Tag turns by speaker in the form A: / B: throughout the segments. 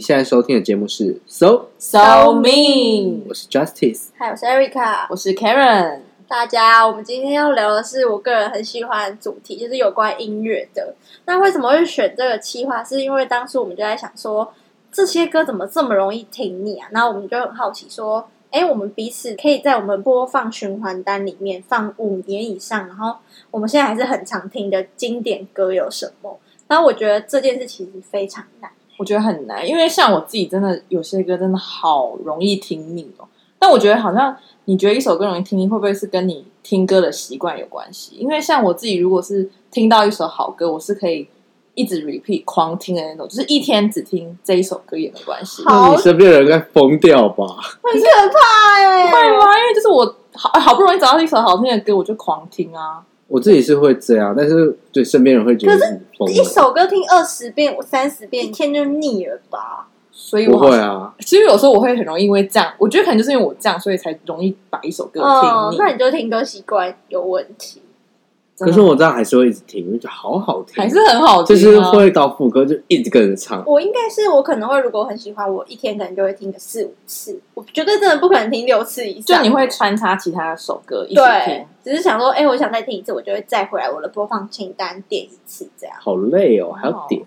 A: 现在收听的节目是 So，
B: So mean！
A: 我是 Justice。
C: 嗨，我是 Erica。
B: 我是 Karen，
C: 大家，我们今天要聊的是我个人很喜欢的主题，就是有关音乐的。那为什么会选这个企划？是因为当初我们就在想说，这些歌怎么这么容易听腻啊？那我们就很好奇说，哎，我们彼此可以在我们播放循环单里面放五年以上，然后我们现在还是很常听的经典歌有什么？然后我觉得这件事其实非常难。
B: 我觉得很难，因为像我自己真的有些歌真的好容易听腻哦。但我觉得好像你觉得一首歌容易听腻，会不会是跟你听歌的习惯有关系？因为像我自己，如果是听到一首好歌，我是可以一直 repeat 狂听的那种，就是一天只听这一首歌也没关系。
C: 好
A: 那你身边的人该疯掉吧？
C: 很可怕哎、
B: 会吗？因为就是我好好不容易找到一首好听的歌，我就狂听啊。
A: 我自己是会这样，但是对身边人会觉得
C: 可
A: 你疯
C: 一
A: 了。
C: 首歌听二十遍、三十遍，一天就腻了吧？
B: 所以
A: 不
B: 我好
A: 会
B: 像
A: 啊，
B: 其实有时候我会很容易因为这样，我觉得可能就是因为我这样，所以才容易把一首歌听
C: 哦
B: 腻。，
C: 那你就听歌习惯有问题。
B: 真
A: 可
B: 的
A: 是我这样还是会一直听，因为就好好听，
B: 还是很好听、
A: 就
B: 啊，
A: 是会到副歌就一直跟着唱。
C: 我应该是我可能会，如果我很喜欢，我一天可能就会听个四五次。我绝对真的不可能听六次以
B: 就
C: 上。
B: 你会穿插其他首歌一起
C: 对
B: 听。，
C: 只是想说，哎、我想再听一次，我就会再回来我的播放清单点一次这样。
A: 好累哦，还要点。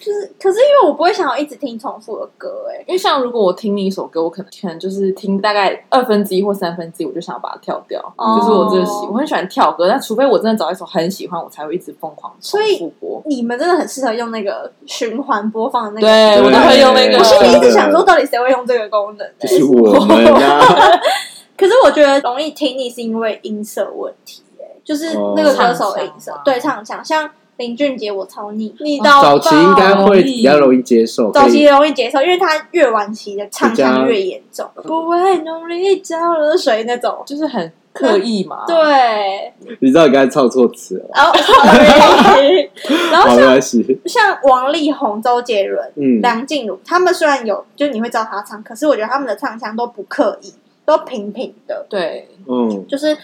C: 就是，可是因为我不会想要一直听重复的歌、哎，
B: 因为像如果我听你一首歌，我可能可能就是听大概二分之一或三分之一，我就想要把它跳掉。
C: 哦
B: 就是我真的喜，我很喜欢跳歌，但除非我真的找一首很喜欢，我才会一直疯狂重
C: 所以
B: 复播。
C: 你们真的很适合用那个循环播放的那个。
B: 对，我都会用那个。
C: 我心里一
A: 真
C: 直
A: 的
C: 想说，到底谁会用这个功能、
A: 就
C: 哎
A: 是我 们啊，
C: 可是我觉得容易听腻是因为音色问题、哎，就是
A: 哦
C: 那个歌手的音色，
B: 哦
C: 对唱腔，像林俊杰我超腻，腻
A: 早
C: 到
A: 期应该
C: 爆
A: 会比较容易接受，
C: 早
A: 可
C: 期
A: 以
C: 容易接受，因为他越晚期的唱
A: 比较
C: 腔越严重，不会努力浇了水那 种。
B: 就是很刻意嘛。
C: 对，哦
A: 你知道你刚才唱错词了，
C: 然后 sorry 然
A: 好
C: 后
A: 没
C: 像
A: 关系，
C: 像王力宏、周杰伦、
A: 嗯，
C: 梁静茹，他们虽然有，就你会知道他唱，可是我觉得他们的唱腔都不刻意，都平平的，
B: 对，
A: 嗯，
C: 就是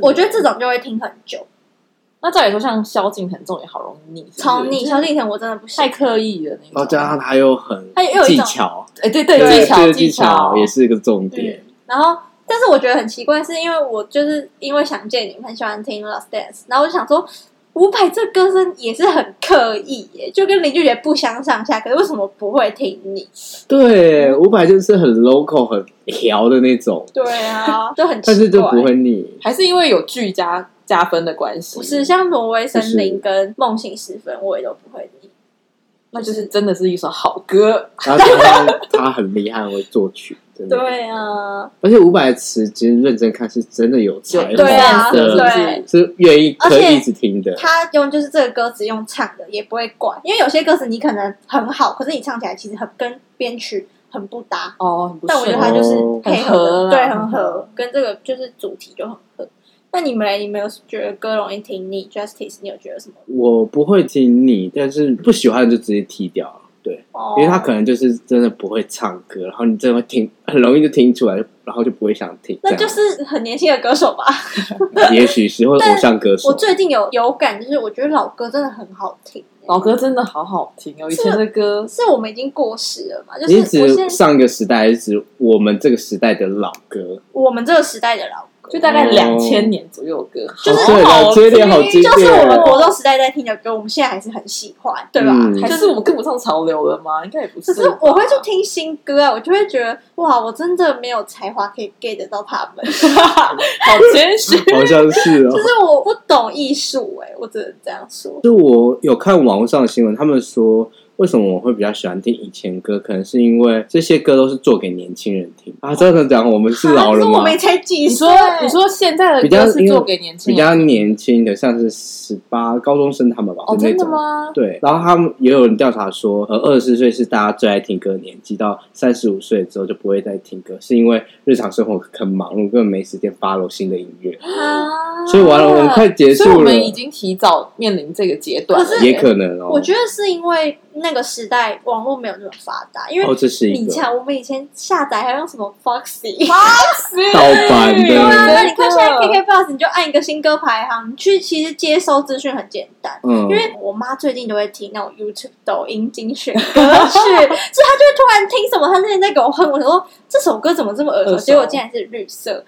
C: 我觉得这种就会听很久，
B: 那照理说，像萧敬腾这种也好容易腻，是不是
C: 超腻。
B: 就是
C: 萧敬腾我真的不行
B: 太，刻意了那
A: 然后
B: 种。
A: 加上他又很
C: 他又有一
A: 技
C: 种
A: 巧，
B: 哎，对对，
A: 哦啊对
B: 技巧
A: 这个技巧也是一个重
C: 嗯
A: 点。，
C: 然后但是我觉得很奇怪，是因为我就是因为想见你，很喜欢听《Last Dance》，然后我就想说，伍佰这歌声也是很刻意耶，就跟林俊杰不相上下，可是为什么不会听你？
A: 对，伍佰就是很 local、很调的那种，
C: 对 啊，就很奇
A: 但
C: 怪，
A: 是就不会腻。
B: 还是因为有剧加加分的关系，
C: 不是像《挪威森林》跟《梦醒时分》，我也都不会听。
B: 那就是真的是一首好歌。
A: 然后加上他很厉害，会作曲，真的。
C: 对啊，
A: 而且伍佰的词，其实认真看是真的有才华
B: 有
C: 对啊，
B: 是不
A: 的，
C: 对
B: 是。
A: 是愿意
C: 而
A: 可以
C: 且
A: 一直听的。
C: 他用就是这个歌词用唱的，也不会管，因为有些歌词你可能很好，可是你唱起来其实很跟编曲很不搭。
B: 哦，很不
C: 但我觉得
B: 顺
C: 他
B: 哦
C: 就是配合嗯的
B: 哦
C: 对，
B: 很合啦
C: 很合，跟这个就是主题就很合。那你们嘞，你们有觉得歌容易听腻？Justice，你有觉得什么？
A: 我不会听腻，但是不喜欢就直接踢掉了。对，
C: 哦
A: 因为他可能就是真的不会唱歌，然后你真的会听，很容易就听出来，然后就不会想听。
C: 那
A: 这
C: 就
A: 样
C: 是很年轻的歌手吧。
A: 也许是或者偶像歌手
C: 我。最近有有感，就是我觉得老歌真的很好听、
B: 老
A: 哦
B: 歌真的好好听哦，以前的歌
C: 是我们已经过时了嘛？就
A: 你
C: 是我
A: 指
C: 现在
A: 上个时代，还是指我们这个时代的老歌？
C: 我们这个时代的老歌，
B: 就大概
A: 哦
B: 两千年左右的歌，
A: 就是
B: 好好
A: 对2000啊
B: 听
A: 年好经典哦
C: 就是我们国中时代在听的歌，我们现在还是很喜欢，对吧？
A: 嗯
B: 还
C: 就是
B: 我们跟不上潮流了吗？应该也不
C: 只
B: 是吧。
C: 是我会去听新歌啊，我就会觉得哇，我真的没有才华可以 get 得到他们。
B: 好谦虚。
A: 好像是哦
C: 就。是我不懂艺术，哎，我只能这样说。
A: 就我有看网络上的新闻，他们说为什么我会比较喜欢听以前歌，可能是因为这些歌都是做给年轻人听
B: 哦
A: 啊。这样讲，我们是老人
C: 啊可我
A: 吗？
C: 们才几
B: 你
C: 岁？
B: 说，你说现在的
A: 比较
B: 歌是
A: 因为
B: 做给年轻
A: 比
B: 人
A: 较年轻的，像是十八高中生他们吧，
B: 哦，
A: 就那
B: 真的
A: 种。
B: 吗？
A: 对，然后他们也有人调查说，呃，二十四岁是大家最爱听歌的年纪，到三十五岁之后就不会再听歌，是因为日常生活很忙碌，根本没时间 follow 新的音乐。
C: 啊
A: 所以完了，我们快结
B: 所以
A: 束
B: 我
A: 了，
B: 们已经提早面临这个阶段
C: 可
B: 了，
C: 是
A: 也可能哦。
C: 我觉得是因为那个时代网络没有那么发达，因
A: 哦，
C: 为
A: 这是一
C: 你
A: 个
C: 像我们以前下载还用什么 Foxy，
B: 是
A: 盗版的
C: 对啊，
B: 对
C: 那你看现在 KK Bus 你就按一个新歌排行，你去其实接收资讯很简单。
A: 嗯，
C: 因为我妈最近都会听那种 YouTube 抖音精选 歌曲，所以她就会突然听什么，她之前在给我哼，我想说这首歌怎么这么耳熟，
B: 耳熟
C: 结果竟然是绿色，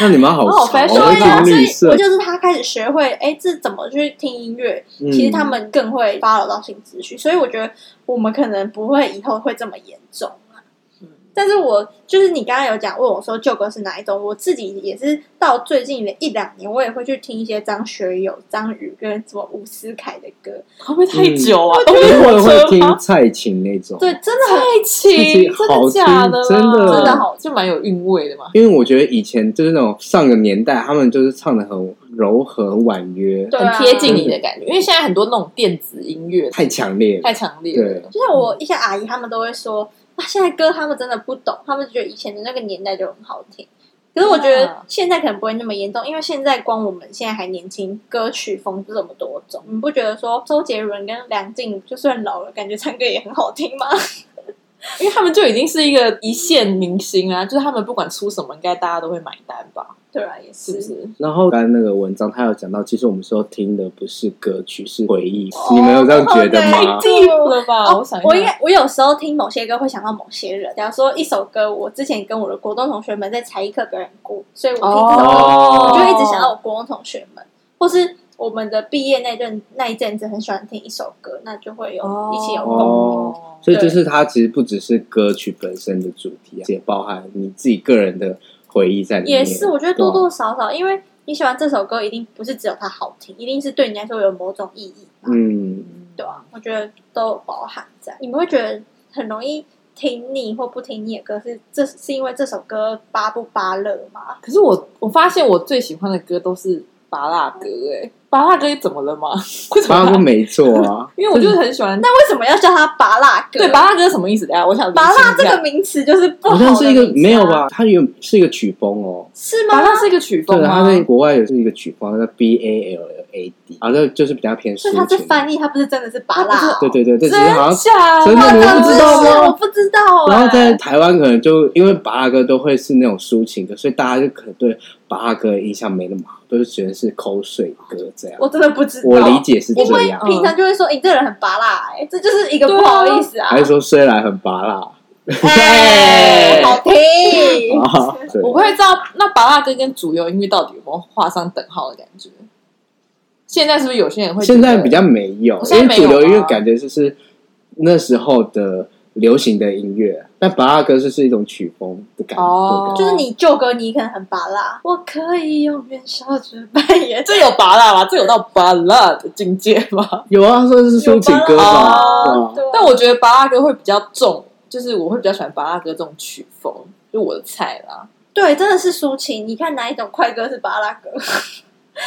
A: 那你们好
B: 好
A: 潮哦，
B: fashion
A: 我
C: 对啊，
A: 听
C: 所
A: 绿
C: 以
A: 色
C: 我，就是她开始学会，哎，这怎么去听音乐，
A: 嗯
C: 其实他们更会 follow 到新资讯，所以我觉得我们可能不会以后会这么严重啊
B: 嗯
C: 但是我就是你刚刚有讲问我说旧歌是哪一种，我自己也是到最近的一两年，我也会去听一些张学友、张宇跟什么伍思凯的歌，
B: 会不会太久啊？
A: 因为我也会听
B: 吗？
A: 蔡琴那种，
C: 对，真的很
B: 爱情，真的假的啦？
A: 真的
C: 真的好
B: 就蛮有韵味的嘛。
A: 因为我觉得以前就是那种上个年代，他们就是唱的很柔和、很婉约，
C: 对啊
B: 很贴近你的感觉，因为现在很多那种电子音乐
A: 太强烈了
B: 太。强烈
A: 对
B: 了，，
C: 就像我一些阿姨，她们都会说，啊，现在歌他们真的不懂，他们觉得以前的那个年代就很好听。可是我觉
B: 对
C: 得
B: 啊
C: 现在可能不会那么严重，因为现在光我们现在还年轻，歌曲风这么多种，你不觉得说周杰伦跟梁静就算老了，感觉唱歌也很好听吗？
B: 因为他们就已经是一个一线明星啊，就是他们不管出什么，应该大家都会买单吧？
C: 对啊，也
B: 是
C: 是。
B: 不是？
A: 然后刚才那个文章他有讲到，其实我们说听的不是歌曲，是回忆。你们有这样觉得吗
C: 哦？对
B: 了吧
C: 哦
B: 我想一下
C: 我应该我有时候听某些歌会想到某些人，假如说一首歌，我之前跟我的国中同学们在才艺课表演过，所以我听这首歌
A: 哦
C: 我就一直想到我国中同学们，或是我们的毕业那阵那一阵子很喜欢听一首歌，那就会有、
B: 哦
C: 一起有共鸣。
A: 哦所以就是它其实不只是歌曲本身的主题、啊，也包含你自己个人的回忆在里面。
C: 也是，我觉得多多少少，因为你喜欢这首歌，一定不是只有它好听，一定是对你来说有某种意义嘛，
A: 嗯，
C: 对啊，我觉得都有包含在。你们会觉得很容易听腻或不听腻的歌是这是因为这首歌芭不芭乐吗？
B: 可是我我发现我最喜欢的歌都是拔蜡歌、哎，拔蜡歌怎么了吗？ 为什么
A: 八
B: 它，
A: 哥？没错啊
B: 因为我就是很喜欢。
C: 那为什么要叫它芭辣歌？
B: 对，拔蜡歌什么意思？等一下我想
C: 芭辣
B: 蜡
C: 这个名词就是不
A: 好
C: 好的
A: 像是一个
C: 名词啊
A: 没有？吧？它有是一个曲风哦，
C: 是
B: 拔
C: 吗？
B: 蜡是一个曲风
A: 对，
B: 吗
C: 啊
A: 它？在国外也是一个曲风，叫 B A L L A D，好像就是比较偏抒
C: 所以
A: 情
C: 它
A: 的。
C: 是翻译，它不是真的是芭
B: 它不是
C: 辣。
A: 对对对，这
B: 真
A: 只是好像。
B: 假
A: 真的
C: 哇
A: 你们不知道吗
C: 真的哦是我不知道哎。
A: 然后在台湾可能就因为巴拉歌都会是那种抒情歌，所以大家就可能对巴拉歌的印象没那么好，都是觉得是口水歌这样。
C: 我真的不知道，
A: 我啊理解是
C: 因
A: 这
C: 为
A: 样，
C: 平常就会说你这人很拔辣，哎，这就是一个
B: 对啊
C: 不好意思啊，
A: 还是说虽然很巴拉，
B: 哎
C: 哎好听。
A: 啊， 对
B: 我不会知道那拔蜡歌跟主流音乐到底有没有画上等号的感觉。现在是不是有些人会觉得
A: 现在比较没有，
B: 现在
A: 因为
B: 没有
A: 主
B: 啊
A: 流音乐
B: 吗
A: 感觉就是那时候的流行的音乐，但巴拉歌就是一种曲风的感
B: 哦
A: 觉。
C: 就是你旧歌，你可能很拔辣，我可以永远笑着扮演。
B: 这有拔蜡吗？这有到拔蜡的境界吗？
A: 有啊，说是抒情歌吧
B: 哦，
A: 对啊
B: 但我觉得拔蜡歌会比较重，就是我会比较喜欢拔蜡歌这种曲风，就我的菜啦。
C: 对，真的是抒情。你看哪一种快歌是巴拉歌？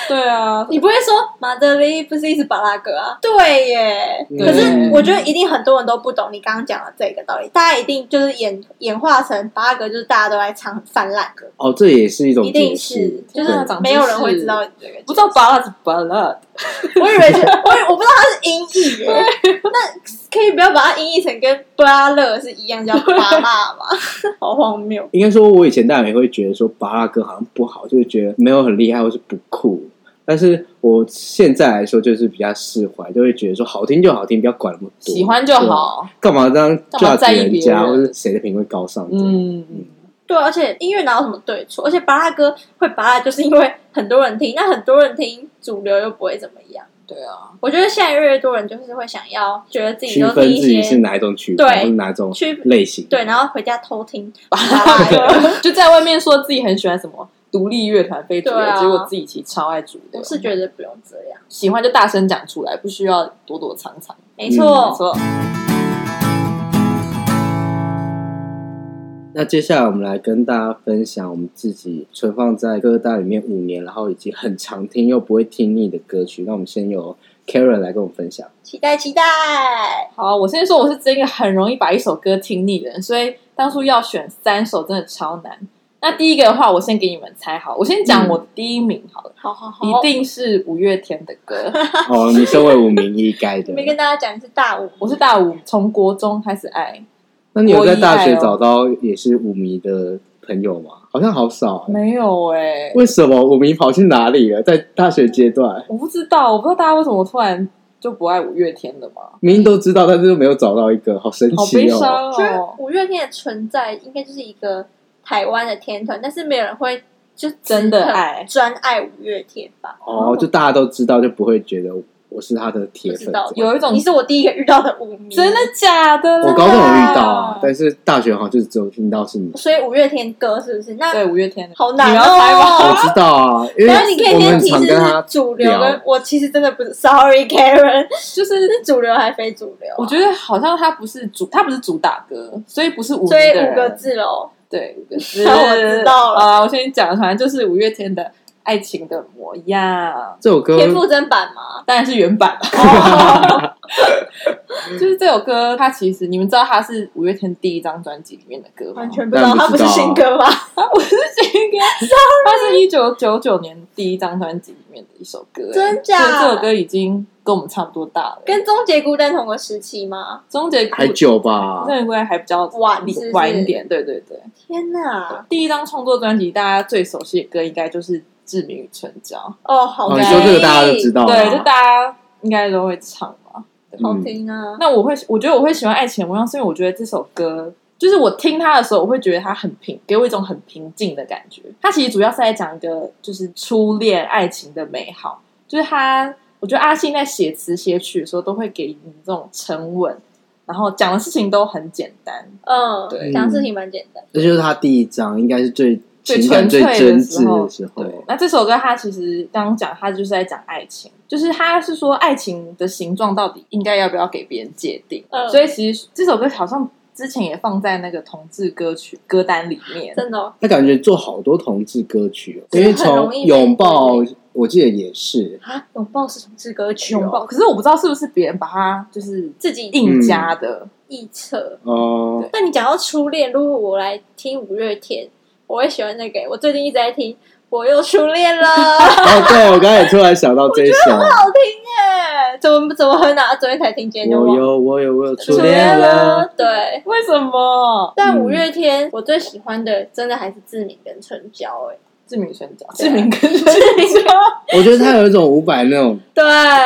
B: 对啊，
C: 你不会说马德里不是一直巴拉歌啊？对耶。
A: 嗯
C: 可是我觉得一定很多人都不懂你刚刚讲的这个道理，大家一定就是演演化成巴拉歌，就是大家都在唱很泛滥歌，
A: 哦，这也是一种
C: 一
A: 解
C: 定
A: 释
C: 是，就
B: 对
C: 是没有人会知道这个。
B: 不知道拔蜡是拔蜡，
C: 我以为是，我以我不知道它是音译耶。 那可以不要把它音译成跟巴勒是一样叫巴拉吗？ 好荒谬！
A: 应该说，我以前当然也会觉得说巴拉歌好像不好，就是觉得没有很厉害或是不酷。但是我现在来说，就是比较释怀，就会觉得说好听就好听，不要管那么多，
B: 喜欢就
A: 对啊，
B: 好。
A: 干嘛这样
B: 干嘛在
A: judge
B: 意
A: 人
B: 别
A: 家，
B: 人
A: 或是谁的品味高尚？嗯，
B: 嗯，
C: 对，啊而且音乐哪有什么对错？而且巴拉歌会巴拉，就是因为很多人听，那很多人听主流又不会怎么样。
B: 对啊，
C: 我觉得现在越来越多人就是会想要觉得自己
A: 区
C: 都
A: 分
C: 听一
A: 自己是
C: 些
A: 哪一种曲风，
C: 对
A: 或是哪种
C: 区
A: 类型。
C: 对，然后回家偷听巴拉歌。
B: 就在外面说自己很喜欢什么独立乐团非主流，
C: 对啊
B: 结果自己其实超爱主流。
C: 我是觉得不用这样，
B: 喜欢就大声讲出来，不需要躲躲藏藏。
C: 没错
B: 没。错，
A: 那接下来我们来跟大家分享我们自己存放在歌单里面五年，然后以及很常听又不会听腻的歌曲。那我们先由 Karen 来跟我们分 享。
C: 期待期待，
B: 好，我先说我是真的很容易把一首歌听腻的人，所以当初要选三首真的超难。那第一个的话，我先给你们猜好，我先讲
A: 嗯
B: 我第一名好了，
C: 好好好，
B: 一定是五月天的歌。
A: 哦，你身为五名一该的，
C: 没跟大家讲是大五，
B: 我是大五，从国中开始爱，
A: 那你有在
B: 国一
A: 大学
B: 爱哦
A: 找到也是舞迷的朋友吗？好像好少啊、
B: 没有哎、
A: 为什么五迷跑去哪里了？在大学阶段，
B: 我不知道，我不知道大家为什么突然就不爱五月天了嘛，
A: 明明都知道，但是都没有找到一个，好神
B: 好悲
A: 奇哦！
B: 伤
C: 觉得
B: 哦。
C: 五月天的存在应该就是一个台湾的天团，但是没有人会就
B: 真的爱
C: 专爱五月天吧？
A: 哦，就大家都知道，就不会觉得我是他的铁
C: 不知
A: 粉。
C: 道
B: 有一种
C: 你是我第一个遇到的五迷，
B: 真的假的啦？
A: 我高中有遇到啊，但是大学好像就只有听到是你。
C: 所以五月天歌是不是？那
B: 对五月天的，
C: 好难
B: 你
C: 哦
B: 要猜
A: 我
B: 吧？
A: 知道啊，因为
C: 然后你可以
A: 我
C: 先
A: 们
C: 提
A: 常
C: 示
A: 跟他
C: 是主流
A: 聊
C: 跟我其实真的不是，sorry Karen，
B: 就是
C: 是主流还非主流啊、
B: 我觉得好像他不是主，他不是主打歌，所以不是五迷
C: 所以
B: 的人
C: 五个，字喽，
B: 对五个 字，
C: 我知道了
B: 啊。我先讲，反正就是五月天的《爱情的模样》。
A: 这首歌，
C: 田馥甄版吗？
B: 当然是原版了。 就是这首歌，它其实你们知道它是五月天第一张专辑里面的歌吗？
C: 完全不知道，
A: 当然
C: 它
A: 不
C: 不
A: 知道
C: 是
A: 啊
C: 新歌吗？
B: 它不是新歌，它是一九九九年第一张专辑里面的一首歌、哎
C: 真假
B: 所以这首歌已经跟我们差不多大了，
C: 跟《终结孤单》同个时期吗？
B: 终结
A: 还久吧？
B: 那应该还比较
C: 晚是不是
B: 晚一点。对对对，
C: 天哪！
B: 第一张创作专辑，大家最熟悉的歌应该就是《志明与春娇》，
C: 哦，好
A: 哦，
C: 听，
A: 你说这个大家都知道啊，
B: 对，就大家应该都会唱吧。
C: 好
A: 嗯
C: 听啊！
B: 那我会，我觉得我会喜欢《爱情的模样》，是因为我觉得这首歌，就是我听它的时候，我会觉得它很平，给我一种很平静的感觉。它其实主要是在讲一个就是初恋爱情的美好，就是他，我觉得阿信在写词写曲的时候，都会给你这种沉稳，然后讲的事情都很简单，
C: 嗯，
B: 对
C: 讲事情蛮简单。
A: 这就是他第一张，应该是最
B: 最
A: 情感
B: 纯
A: 最
B: 粹
A: 真
B: 时
A: 挚
B: 候。
A: 的时
B: 对
A: 候，。
B: 那这首歌它其实刚刚讲，它就是在讲爱情，就是它是说爱情的形状到底应该要不要给别人界定。
C: 嗯
B: 所以其实这首歌好像之前也放在那个同志歌曲歌单里面。
C: 真的哦，
A: 他感觉做好多同志歌曲哦，
C: 就
A: 因
C: 是
A: 为
C: 很
A: 从
C: 容易被
A: 拥抱，我记得也是，
C: 啊，拥抱是同志歌曲哦，
B: 拥抱，可是我不知道是不是别人把它就是
C: 自己
B: 硬加的，
C: 臆测。
A: 哦、
C: 那你讲到初恋，如果我来听五月天，我会喜欢那个。我最近一直在听《我又初恋了》，
A: 哦，对，我刚才也突然想到这一首，啊
C: 好听耶！怎么怎么很啊？昨天才听，今天就
A: 我
C: 忘了。
A: 有我有我有初
C: 初
A: 恋
C: 恋
A: 了，
C: 了，对。
B: 为什么？
C: 但
A: 嗯
C: 五月天，我最喜欢的真的还是志明跟春娇，哎，
B: 志明宣教，
C: 对
B: 志明跟宣教，
A: 我觉得他有一种伍佰那种
C: 对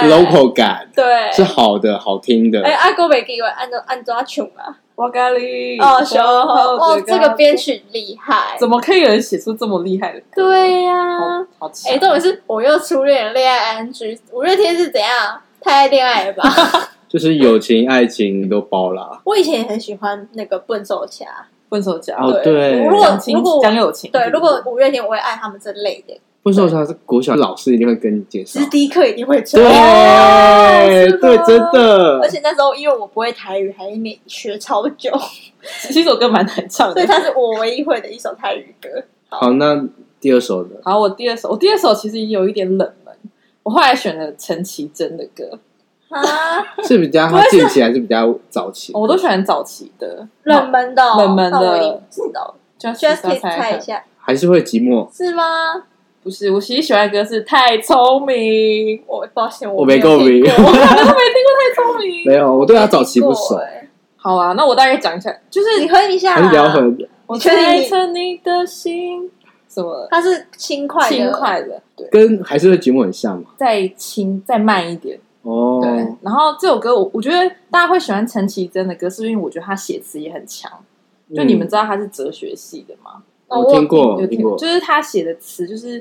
A: local 感，
C: 对，
A: 是好的、好听的
C: 哎，。阿哥北给我按照按抓穷啊！
B: 哇咖喱
A: 哎
C: 哦，熊哦，这个编
B: 曲
C: 曲厉害，
B: 怎么可以有人写出这么厉害的歌？
C: 对呀、
B: 好，好强
C: 哎、重点是我又初恋了恋爱 NG，五月天是怎样？太爱恋爱了吧？
A: 就是友情、爱情都包啦。
C: 我以前也很喜欢那个笨手侠，
B: 分手讲
A: 哦，
C: 对
A: 对，
C: 如果
B: 讲亲
C: 如果
B: 讲友情，
C: 对，如果五月天我会爱他们这类的，
A: 不是说他是国小老师一定会跟你介绍
C: 其实，第一课一定会追。
A: 对
B: 是的
A: 哦对，真的
C: 而。且那时候因为我不会台语，还没学超久，
A: 哦
B: 其实这首歌蛮难唱
C: 所以
B: 的。
C: 它是我唯一会的一首台语歌。
A: 好，那第二首呢？
B: 好，我第二首，我第二首其实有一点冷门，我后来选了陈绮贞的歌，
C: 啊，
A: 是比 较
B: 不会是
A: 近期还是比较早期？
B: 我都喜欢早期的，
C: 冷门的、哦，
B: 冷门的
C: 那我一定不知道。
B: 就
C: 需要
B: 是
C: 可以猜一
B: 猜，
C: 下，
A: 还是会寂寞。
C: 是吗？
B: 不是，我其实喜欢的歌是《太聪明》，
C: 我抱歉，
A: 我
C: 没
A: 没够
C: 听
A: 明
C: 过，
B: 我可能都没听过《太聪明
A: 没》。 有，我对他早期不
C: 听
A: 熟
C: 过，哎
B: 好啊，那我大概讲一下，就是
C: 你哼一下啦，啊
A: 还是比较很
B: 我
C: 确定
B: 猜
C: 你
B: 测你的心，什么
C: 它是轻快的，
B: 轻快的，对，
A: 跟还是会寂寞很像嘛。
B: 再轻再慢一点。对
A: 哦，，
B: 然后这首歌我我觉得大家会喜欢陈绮贞的歌，是因为我觉得她写词也很强。就你们知道她是哲学系的吗？
C: 哦。
A: 嗯我听过
C: 有
B: 有听
A: 听过
B: 就是她写的词就是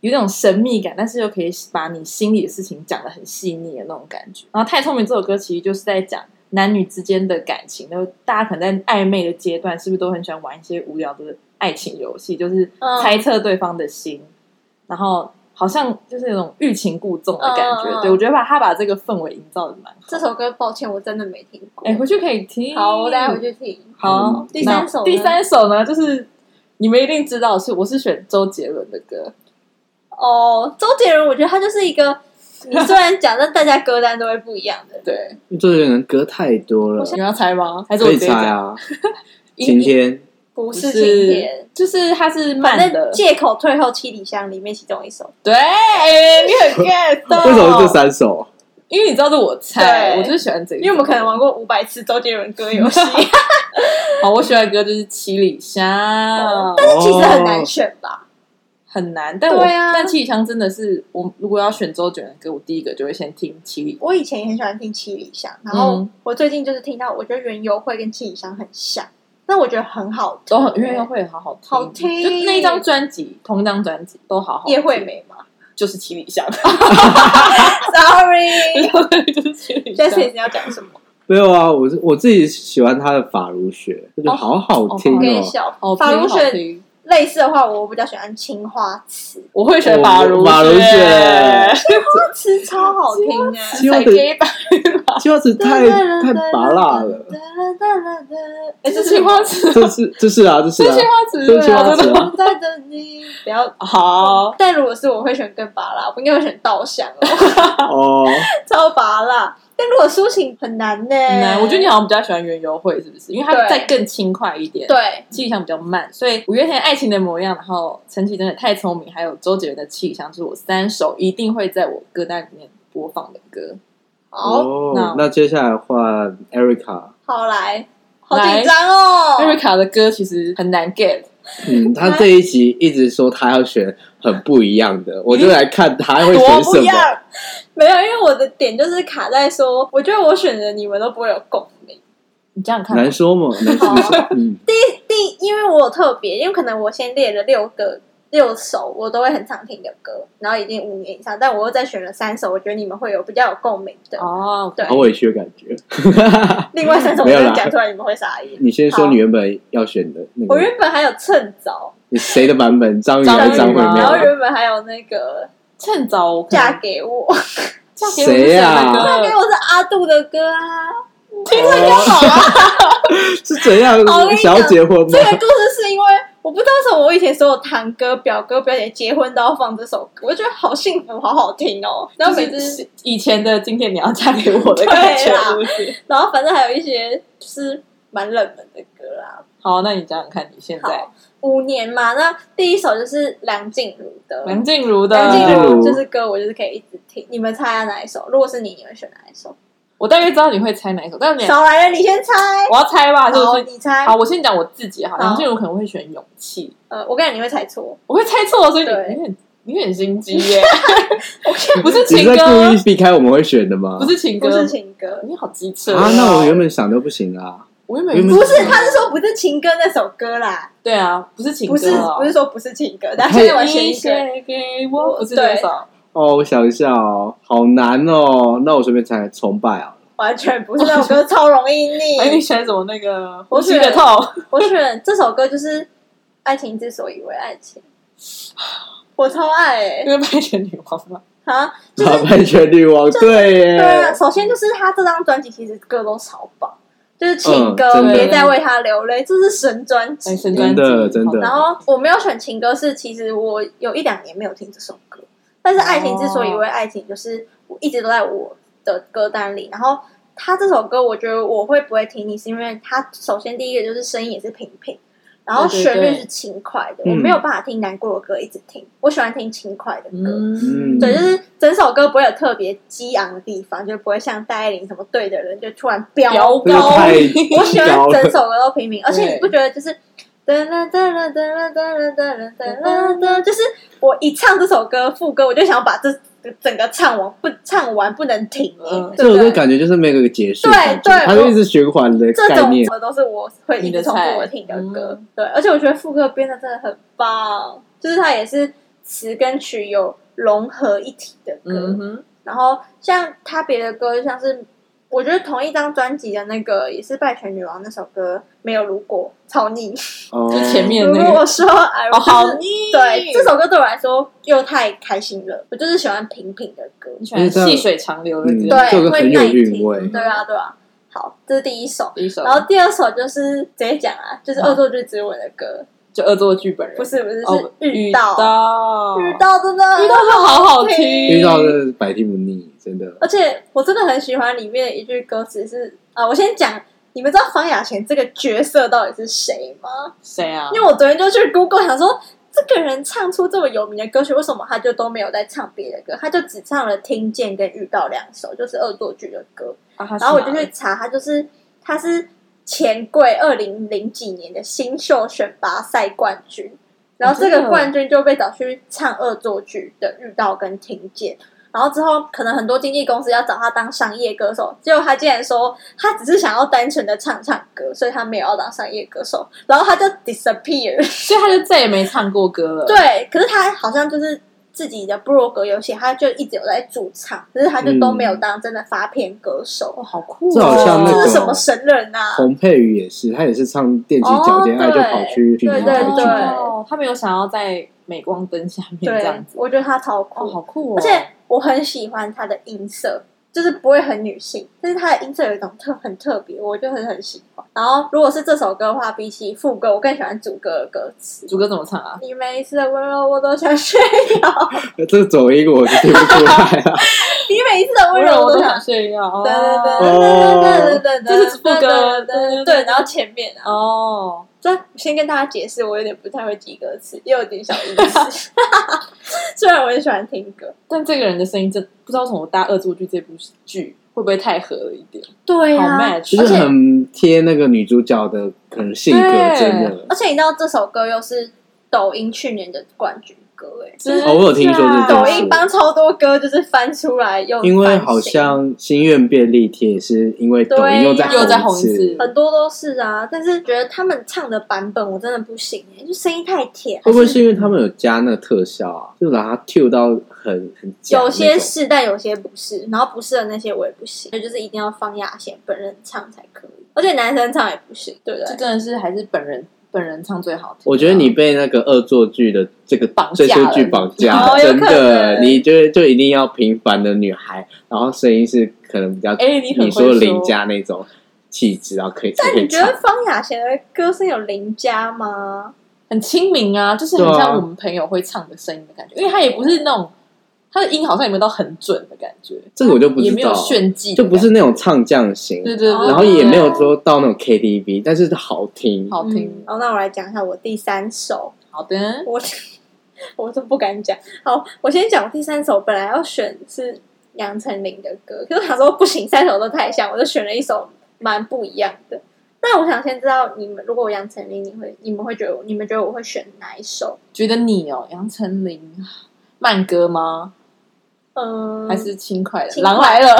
B: 有一种神秘感，但是又可以把你心里的事情讲得很细腻的那种感觉。然后《太聪明》这首歌其实就是在讲男女之间的感情，然后大家可能在暧昧的阶段，是不是都很喜欢玩一些无聊的爱情游戏，就是
C: 嗯
B: 猜测对方的心，然后。好像就是那种欲擒故纵的感觉，
C: 嗯嗯嗯
B: 对我觉得把他把这个氛围营造的蛮好。
C: 这首歌，抱歉，我真的没听过。
B: 哎、回去可以听。
C: 好，我
B: 嗯
C: 待会回去听。
B: 好，
A: 嗯
B: 那
C: 第三首呢
B: 第三首呢，就是你们一定知道是我是选周杰伦的歌，
C: 哦，周杰伦，我觉得他就是一个，你虽然讲，但大家歌单都会不一样的。
B: 对，
A: 因为周杰伦的歌太多了，
B: 你们要猜吗？还是我
A: 可以
B: 直接
A: 猜
B: 讲？
A: 啊。晴 天
C: 不
B: 不
C: 是晴天，，
B: 就是它是慢
C: 反
B: 的
C: 正，借口退后七里香里面其中一首。
B: 对，哎你很 get 到
A: 为什么是这？三首？
B: 因为你知道是我猜，
C: 对
B: 我就是喜欢这个，
C: 因为我们可能玩过五百次周杰伦歌游戏，
B: 好，我喜欢的歌就是《七里香》
C: 但是其实很难选吧？
B: 很难，但我、
C: 对啊
B: 但七里香真的是我如果要选周杰伦的歌，我第一个就会先听《七里
C: 我以前也很喜欢听《七里香》，然后
B: 嗯
C: 我最近就是听到，我觉得原油会跟《七里香》很像，但我觉得很好听，
B: 都很，因为会好好听，
C: 好听
B: 就那一张专辑，同一张专辑都好好听。
C: 叶惠美嘛。
B: 就是七里 香，
C: Sorry，
B: 就是七里香。
C: Jesse 你要讲什么？
A: 没有啊，我是我自己喜欢他的法如雪，就觉得
B: 哦
A: 好好听
B: 哦
C: 我跟你
A: 哦。
C: 笑，
B: 好听
C: 法如
B: 好
C: 雪
B: 听，
C: 类似的话，我比较喜欢青花瓷，
B: 我会选法如
A: 哦法如雪
B: 雪，
C: 青花瓷超好听哎、
A: 青花
B: 谁
A: 瓷
B: 给吧？
A: 就子太太拔辣了，
B: 哎，这青花瓷，
A: 这是这是啊，这是
B: 这
A: 啊
B: 青，花
A: 这是
B: 瓷，对啊
A: 青花瓷
B: 真的
A: 啊
C: 等待着你，不要。
B: 好，
C: 哦但如果是我会选更拔辣，我应该会选稻香哦，
A: 哦，
C: 超拔辣。但如果抒情很难呢、
B: 很嗯难。我觉得你好像比较喜欢原优惠，是不是？因为它
C: 对
B: 再更轻快一点，，
C: 对
B: 气象比较慢。所以五月天《爱情的模样》，然后陈绮贞的《太聪明》，还有周杰伦的《气象》，就是我三首一定会在我歌单里面播放的歌。
C: 好
A: 哦
B: 那，
A: 那接下来换 Erica，
C: 好来，好
B: 来
C: 紧张哦。
B: Erica 的歌其实很难 get，
A: 嗯，他这一集一直说他要选很不一样 的，我就来看他会
B: 多
A: 选
B: 不
A: 什
B: 一
A: 么。
B: 样。
C: 没有，因为我的点就是卡在说，我觉得我选的你们都不会有共鸣。
B: 你这样看，
A: 难说嘛，难说
C: 好，啊
A: 嗯，
C: 第，因为我有特别，因为可能我先列了六个六首我都会很常听的歌，然后已经五年以上，但我又再选了三首，我觉得你们会有比较有共鸣的。
B: 哦，
C: 对
A: 好委屈的感觉。
C: 另外三首我
A: 没有啦
C: 跟你讲出来，你们会傻眼。
A: 你先说
C: 好
A: 你原本要选的那
C: 我
A: 个，
C: 原本还有趁早，
A: 你谁的版本？张宇还是
B: 张
A: 张
B: 宇
A: 惠
B: 吗
A: 妹啊
C: 然后
A: 吗？嗯
C: 原本还有那个
B: 趁早我可能
C: 嫁给我，
B: 嫁给我是
A: 谁
B: 的
A: 啊
B: 歌
C: 嫁给我是阿杜的歌啊。
B: 听着就好啊。
A: 是怎样
C: 我跟你？
A: 想
C: 讲
A: 要结婚
C: 这
A: 吗？
C: 个故事是因为我不知道为什么我以前所有堂哥、表哥、表姐结婚都要放这首歌，我就觉得好幸福，好好听哦。
B: 然
C: 然后
B: 后
C: 每
B: 每
C: 次，
B: 次以前的今天你要嫁给我的感觉
C: 对啦
B: 是不是
C: 然后反正还有一些就是蛮冷门的歌啦。
B: 好，那你讲讲看，你现在
C: 好，五年嘛，那第一首就是梁静茹的。
B: 梁静茹的，
C: 梁
A: 静茹
C: 这支歌我就是可以一直听，你们猜下哪一首？如果是你，你会选哪一首？
B: 我大概知道你会猜哪一首，但是你
C: 少来了，你先猜。
B: 我要猜吧，啊就
C: 好，
B: 是
C: 你猜。
B: 好，我先讲我自己哈，
C: 好
B: 梁静茹可能会选勇气，
C: 呃，我跟你讲，你会猜错。
B: 我会猜错，所以
C: 对
B: 你你很你很心机 耶， 不是
A: 你
B: 情
A: 是在故
B: 歌哦
A: 意，避开我们会选的吗？
B: 不是情歌
C: 不，是情歌，
B: 你好机车哦
A: 啊，那我原本想都不行啊。
B: 我原本
A: 原本
C: 不是，他是说不是情歌那首歌啦，
B: 对啊，不是情
C: 不
B: 歌
C: 是
B: 哦，
C: 不是说不是情歌，但现在我选
B: 你
C: 一个，
B: 写给我，不是这首，
A: 哦，我想一下哦，好难哦。那我随便猜，崇拜啊。
C: 完全不是那首歌，超容易
B: 哎，你
C: 腻。
B: 选什么那个呼
C: 我
B: 吸的
C: 选
B: 痛？
C: 我选这首歌就是《爱情之所以为爱情》，我超爱
B: 因
C: 欸
B: 为拍选女王嘛，
C: 啊！就是
A: 啊，半全女王，对
C: 对啊，
A: 耶，
C: 首先就是他这张专辑其实歌都超棒，就是情歌
A: 嗯真
C: 《
A: 的
C: 别再为他流泪》，这是神专
B: 哎
C: 辑。
B: 神专
A: 真
B: 辑
A: 的真
B: 啊
A: 的
C: 然后我没有选情歌，是其实我有一两年没有听这首歌，但是《爱情之所以为爱情》，就是我一直都在我的歌单里。然后他这首歌，我觉得我会不会听你，是因为他首先第一个就是声音也是平平，然后
B: 对对
C: 旋律
B: 对
C: 是轻快的，
A: 嗯
C: 我没有办法听难过的歌一直听，我喜欢听轻快的歌。
A: 嗯
C: 对，就是整首歌不会有特别激昂的地方，就不会像戴爱玲什么对的人就突然飙
A: 这个
B: 飙高嗯
A: 太
C: 我喜欢
A: 高了
C: 整首歌都平平，而且
B: 对
C: 你不觉得就是噔啦噔啦噔啦噔啦噔啦噔啦噔，就是我一唱这首歌副歌，我就想把这整个唱完，不唱完不能停、
B: 嗯
A: 这首
C: 对
A: 歌
C: 不对？
A: 感觉就是没有一个结束
C: 对
A: 的感觉，
C: 对
A: 它
C: 我
A: 就一直循环的
C: 这
A: 概
C: 种
A: 念。
C: 歌都是我会一直重复我听的
B: 你的
C: 歌
B: 菜，
C: 对，而且我觉得副歌编的真的很棒，就是它也是词跟曲有融合一体 的歌，
B: 嗯哼，
C: 然后像他别的歌，像是我觉得同一张专辑的那个也是《拜权女王》那首歌，没有如果超腻。
A: 哦，
B: 就前面
C: 如
B: 那
C: 果
B: 个
C: 我说哎，
B: 哦，
C: 我
B: 好
C: 就是
B: 腻，
C: 对这首歌对我来说又太开心了，我就是喜欢平平的歌。
B: 你喜欢细水长流的
A: 嗯
B: 这
A: 这首
C: 对，
A: 歌
C: 会
A: 很有
C: 耐
A: 韵味
B: 嗯
C: 听。对啊，对啊。好，这是第一首，
B: 一首，
C: 然后第二首就是直接讲啊，就是《恶作剧之吻》的歌，
B: 就恶作剧本人，
C: 不是不是是
B: 哦，
C: 遇
B: 遇
C: 到
B: 到
C: 遇到真的
B: 遇到是好好
C: 好听
B: 听，
A: 遇到的百听不腻，真的。
C: 而且我真的很喜欢里面的一句歌词是啊、我先讲，你们知道方雅贤这个角色到底是谁吗？
B: 谁啊？
C: 因为我昨天就去 Google 想说，这个人唱出这么有名的歌曲，为什么他就都没有在唱别的歌？他就只唱了《听见》跟《遇到》两首，就是恶作剧的歌。
B: 啊他是
C: 然后我就
B: 哪
C: 去
B: 里
C: 查，他就是他是钱柜二零零几年的新秀选拔赛冠军，然后这
B: 哦真
C: 个
B: 的
C: 冠军就被找去唱恶作剧的遇到跟听见。然后之后，可能很多经纪公司要找他当商业歌手，结果他竟然说他只是想要单纯的唱唱歌，所以他没有要当商业歌手，然后他就 disappear。
B: 所以他就再也没唱过歌了。，
C: 对，可是他好像就是自己的部落格有写，他就一直有在驻唱，可是他就都没
B: 嗯
C: 有当真的发片歌
B: 哇，
C: 手。
B: 好酷、哦！
A: 这好像那
C: 这
A: 个
C: 是什么神人啊？
A: 洪佩瑜也是，他也是唱电击脚尖爱
C: 哦
A: 就跑去去
C: 对
A: 演
C: 对
A: 歌剧
C: 对
A: 嘛，
B: 哦，他没有想要在镁光灯下面这
C: 对
B: 样，子。
C: 我觉得他超酷，
B: 哦，好酷哦！
C: 而且我很喜欢他的音色，就是不会很女性，但是他的音色有一种特很特别，我就很很喜欢。然后如果是这首歌的话，比起副歌，我更喜欢主歌的歌词。
B: 主歌怎么唱啊？
C: 你每一次的温柔我都想炫耀，
A: 这个走音我是听不出来啊 了。
C: 你每一次的温柔我
B: 我
C: 都
B: 都
C: 想
B: 想睡觉。哦
C: 对对对对对对对对，对，然后前面啊，
B: 哦，
C: 这先跟大家解释，我有点不太会记歌词，也有点小意思。虽然我也喜欢听歌，
B: 但这个人的声音真不知道为什么搭《恶作剧》这部剧会不会太合了一点，
C: 对啊
B: 好
A: 就
B: match
A: 是很贴那个女主角的可能性格，真的。
C: 而且你知道这首歌又是抖音去年的冠军歌哎，
B: 真的
A: 哦我有听说这件
C: 抖
A: 事
C: 音帮超多歌就是翻出来又
A: 因为好像《心愿便利贴》也是因为抖音又再
C: 对呀又
B: 再红一
A: 次
B: 次，
C: 很多都是啊，但是觉得他们唱的版本我真的不行哎，就声音太甜，
A: 会不会是因为他们有加那个特效啊？就把它 Q 到很很假
C: 有些
A: 那种
C: 是，但有些不是。然后不是的那些我也不行，所以就是一定要方雅贤本人唱才可以，而且男生唱也不行，对不
B: 这
C: 对？
B: 真的是还是本人本人唱最好听。啊
A: 我觉得你被那个恶作剧的这个
B: 绑
A: 追
B: 架了
A: 溯剧绑架
C: 哦
A: 了，
C: 有
A: 真
C: 可
A: 的，
C: 能
A: 你就就一定要平凡的女孩，然后声音是可能比较，
B: 哎你很会
A: 你说
B: 说
A: 邻家那种气质，然后可以才
C: 但
A: 可以
C: 你觉
A: 唱
C: 得。方雅贤的歌声有邻家吗？
B: 很亲民啊，就是很
A: 对啊
B: 像我们朋友会唱的声音的感觉，因为他也不是那种他的音好像也没有到很准的感觉，
A: 这个我就不
B: 也
A: 知
B: 没有
A: 道，
B: 炫技的
A: 就
B: 感觉，
A: 不是那种唱将型，
B: 对对对，
A: 然后也没有
B: 对
A: 说到那种 KTV，但是好听。
B: 好
C: 嗯
B: 听，
C: 哦，那我来讲一下我第三首，
B: 好的，
C: 我我都不敢讲。好，我先讲我第三首，本来要选是杨丞琳的歌，可是我想说不行，三首都太像，我就选了一首蛮不一样的。那我想先知道你们，如果我杨丞琳，你会你们会觉得我你们觉得我会选哪一首？
B: 觉得你哦，杨丞琳慢歌吗？
C: 嗯，
B: 还是轻快的？
C: 轻快
B: 狼来了，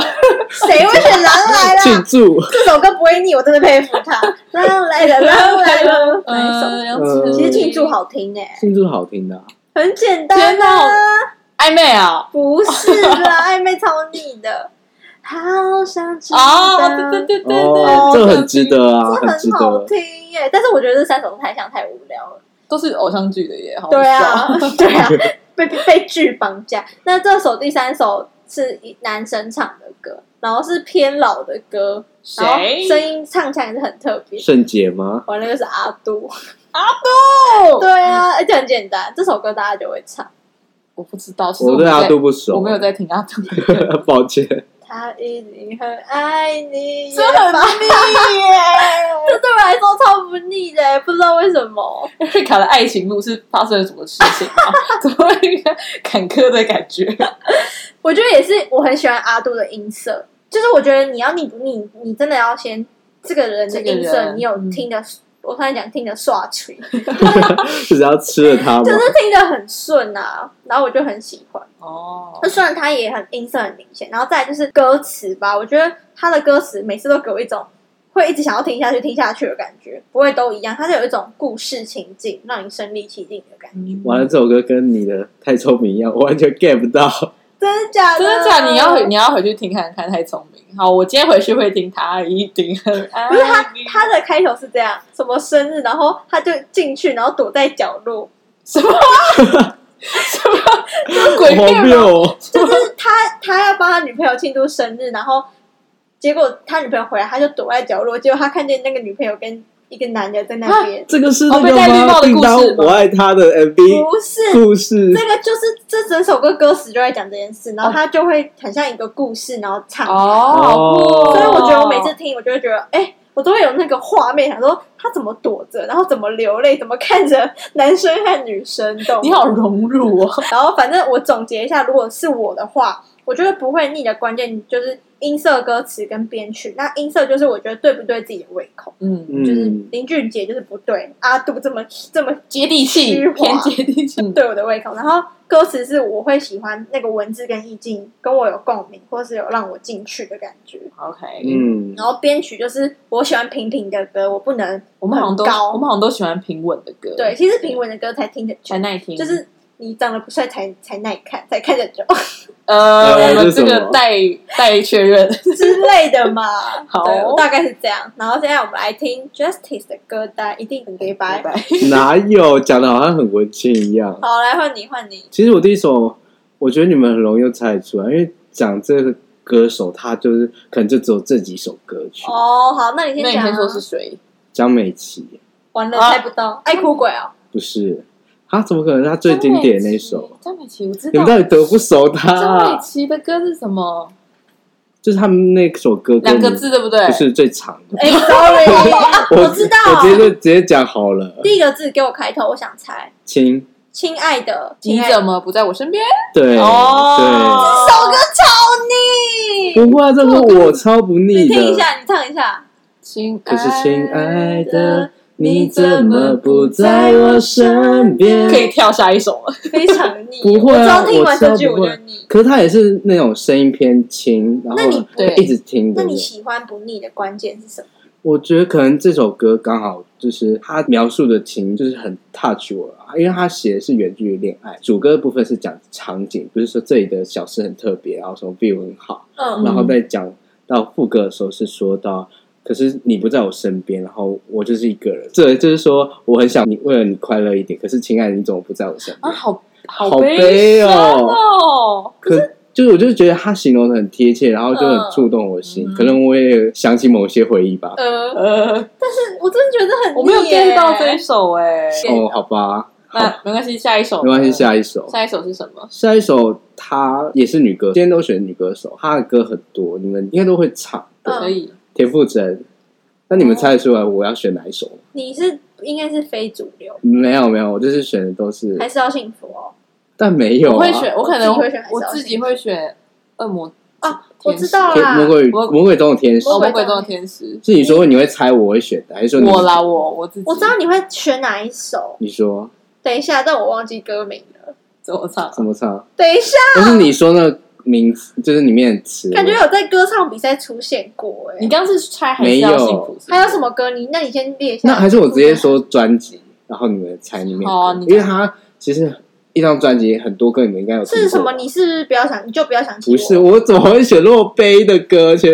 C: 谁会选《狼来了》？
A: 庆祝，
C: 这首歌不会腻，我真的佩服他。狼来了，狼来嗯了， 哪
B: 呃，
C: 一首？
B: 杨丞
A: 呃
B: 琳
C: 其实庆祝好听诶、
A: 庆祝好听的啊、
C: 很简单
B: 天哪
C: 啊，
B: 暧昧啊，
C: 不是啦，暧昧超腻的，好想知道。
B: 哦，对对对对
A: 哦
B: 对，，
A: 这很值得啊，
C: 这
A: 很值
C: 很好
A: 得。
C: 听耶，但是我觉得这三首都太像太无聊了。
B: 都是偶像剧的耶，好
C: 对啊
B: 笑，
C: 对啊， 被被剧绑架。那这首第三首是一男生唱的歌，然后是偏老的歌，然后
B: 谁？
C: 声音唱起来也是很特别。
A: 圣洁吗？
C: 完了又是阿杜，
B: 哦
C: 对啊，而且很简单，这首歌大家就会唱。
B: 我不知道，其实
A: 我对
B: 没有
A: 阿
B: 在
A: 杜不熟，
B: 我没有在听阿杜的歌，
A: 抱歉。
C: 他一定很爱你，
B: 真的很
C: 腻耶！ 这对我来说超不腻的，不知道为什么。
B: 瑞卡的爱情路是发生了什么事情啊？怎么会一个坎坷的感 觉？
C: 我觉得也是，我很喜欢阿杜的音色，就是我觉得你要腻不腻，你真的要先这个人的音
B: 这个
C: 色，
B: 人嗯
C: 你有听的，我刚才讲听的刷群，就
A: 只要吃了它吗？
C: 是听的很顺啊，然后我就很喜欢。
B: 哦
C: 那，虽然他也很音色很明显，然后再来就是歌词吧，我觉得他的歌词每次都给我一种会一直想要听下去、听下去的感觉，不会都一样，它是有一种故事情境，让你身临其境的
B: 嗯
C: 感觉。
A: 完了，这首歌跟你的《太聪明》一样，我完全 get 不到。
C: 真的假的？
B: 真的假的？你要回你要回去听看看，太聪明。好，我今天回去会听他一定很爱你。
C: 不是他他的开头是这样，什么生日，然后他就进去，然后躲在角落，
B: 什么什么鬼
A: 好
B: 片吗？
A: 谬哦！
C: 就是他他要帮他女朋友庆祝生日，然后结果他女朋友回来，他就躲在角落，结果他看见那个女朋友跟一个男的在那边，
A: 这个是
B: 哦
A: 那
B: 被
A: 个
B: 戴绿帽
A: 吗？
B: 的
A: 叮
B: 故
A: 当
B: 事吗哦
A: 我爱他的 MV
C: 不是
A: 故事
C: 这个就是这整首歌歌词就在讲这件事，然后它就会很像一个故事，然后唱。
B: 哦，
C: 所以我觉得我每次听，我就会觉得，哎、我都会有那个画面，想说他怎么躲着，然后怎么流泪，怎么看着男生和女生，懂吗
B: 你好融入哦。
C: 然后反正我总结一下，如果是我的话，我觉得不会腻的关键就是音色、歌词跟编曲。那音色就是我觉得对不对自己的胃口，
B: 嗯，
C: 就是
A: 嗯，
C: 林俊杰就是不对，阿杜这么这么
B: 接地气
C: 虚，
B: 偏
C: 华
B: 接地气。
C: 对我的胃口。然后歌词是我会喜欢那个文字跟意境跟我有共鸣，或是有让我进去的感觉。
B: OK，
A: 嗯，
C: 然后编曲就是我喜欢平平的歌，我不能
B: 我们好像都
C: 很高
B: 我们好像都喜欢平稳的歌，
C: 对，，其实平稳的歌才听得久
B: 才，耐听。
C: 就是你长得不帅才才耐看，才看得久
B: 呃，
A: 呃
B: 我们这
A: 这是什
B: 个
A: 么
B: 待待确认。
C: 之类的嘛。
B: 好
C: 对我大概是这样。然后现在我们来听 Justice 的歌单，一定很黑白。
A: 哪有讲的好像很文青一样？
C: 好，来换你，换你。
A: 其实我第一首，我觉得你们很容易就猜得出来，因为讲这个歌手，他就是可能就只有这几首歌曲。
C: 哦，好，那你
B: 那
C: 先
B: 你
C: 讲、
B: 先
C: 啊。
B: 说是谁？
A: 江美琪
C: 完了
B: 啊
C: 猜不到，爱哭鬼哦。
A: 不是，他怎么可能？他最经典那首，
B: 张美琪，我知
A: 你
B: 道
A: 们。到底得不熟他、
B: 张美
A: 啊？
B: 琪的歌是什么？
A: 就是他们那首歌
B: 两个，字对不对？
A: 不是最长的。
C: 哎、s o r r y 啊，我知道，
A: 我直接就直接讲好了。
C: 第一个字给我开头，我想猜，
A: 亲，
C: 亲爱的，
B: 你
C: 亲爱的
B: 怎么不在我身边？
A: 对、
B: 哦，
C: 这首歌超
A: 对，
C: 腻，
A: 不会啊，这个我超不
C: 你
A: 腻
C: 听一
A: 的。
C: 下，你唱一下。
B: 亲爱
A: 可
B: 的，
A: 是亲爱的，你怎么不在我身边？
B: 可以跳下一首了。
C: 非常腻。
A: 不会啊
C: 我只要听完这句
A: 我知道
C: 我
A: 不
C: 就
A: 会
C: 腻。
A: 可是他也是那种声音偏轻，然
C: 那你
A: 后
B: 对
A: 一直听
C: 那
A: 的。
C: 你喜欢不腻的关键是什么？
A: 我觉得可能这首歌刚好就是他描述的情，就是很 touch 我啊，因为他写的是远距离恋爱，主歌的部分是讲场景，不是说这里的小事很特别，然后什么 view 很好，
C: 嗯
A: 然后再讲到副歌的时候是说到。可是你不在我身边，然后我就是一个人。这就是说，我很想你，为了你快乐一点。可是，亲爱的，你怎么不在我身
B: 啊，
A: 边？
B: 好
A: 好
B: 悲
A: 悲
B: 伤
A: 哦
B: 哦。
A: 可就是我就是觉得他形容的很贴切，然后就很触动我的心。
B: 嗯
A: 可能我也想起某些回忆吧。
C: 呃，
B: 呃，
C: 我真的觉得很腻
B: 我没有
C: 耶
B: get 到这一首哎。
A: 哦，好吧，
B: 那没关系，下一首。
A: 没关系，。呃下一首，
B: 下一首是什么？
A: 下一首她也是女歌，今天都选女歌手，她的歌很多，你们应该都会唱。
C: 嗯
B: 可以。
A: 田馥甄，那你们猜得出来我要选哪一首吗？
C: 你是应该是非主流，
A: 没有没有，我就是选的都是，
C: 还是要幸福哦？
A: 但没有
B: 我
A: 啊。
B: 会选，我可能
C: 自己会选还是
B: 我
C: 要
B: 自己
C: 选
B: 会选恶魔
C: 啊，我
B: 天使
C: 知道
A: 天魔
C: 啦。
A: 鬼
B: 我
A: 魔鬼中的天使
B: 哦，
C: 魔
B: 魔鬼
C: 鬼
B: 中
C: 中
B: 的
C: 的
B: 天使。
A: 是你说你会猜我会选的，还是说你
B: 我啦，我我自己，
C: 我知道你会选哪一首，
A: 你说
C: 等一下，但我忘记歌名了。
B: 怎么唱。
A: 怎么唱？
C: 等一下，
A: 不是你说那个名字，就是里面的词，
C: 感觉有在歌唱比赛出现过哎
B: 你。刚刚是猜还是要幸福？
C: 还有什
B: 么？
C: 么歌？你那你先列一下。
A: 那还是我直接说专辑，然后你们猜里面的歌，
B: 好啊你
A: 因为它其实一张专辑很多歌，你们应该有听过
C: 是什么？你是不是不要想，你就不要想起
A: 不是，我怎么会选那么悲的歌？而且，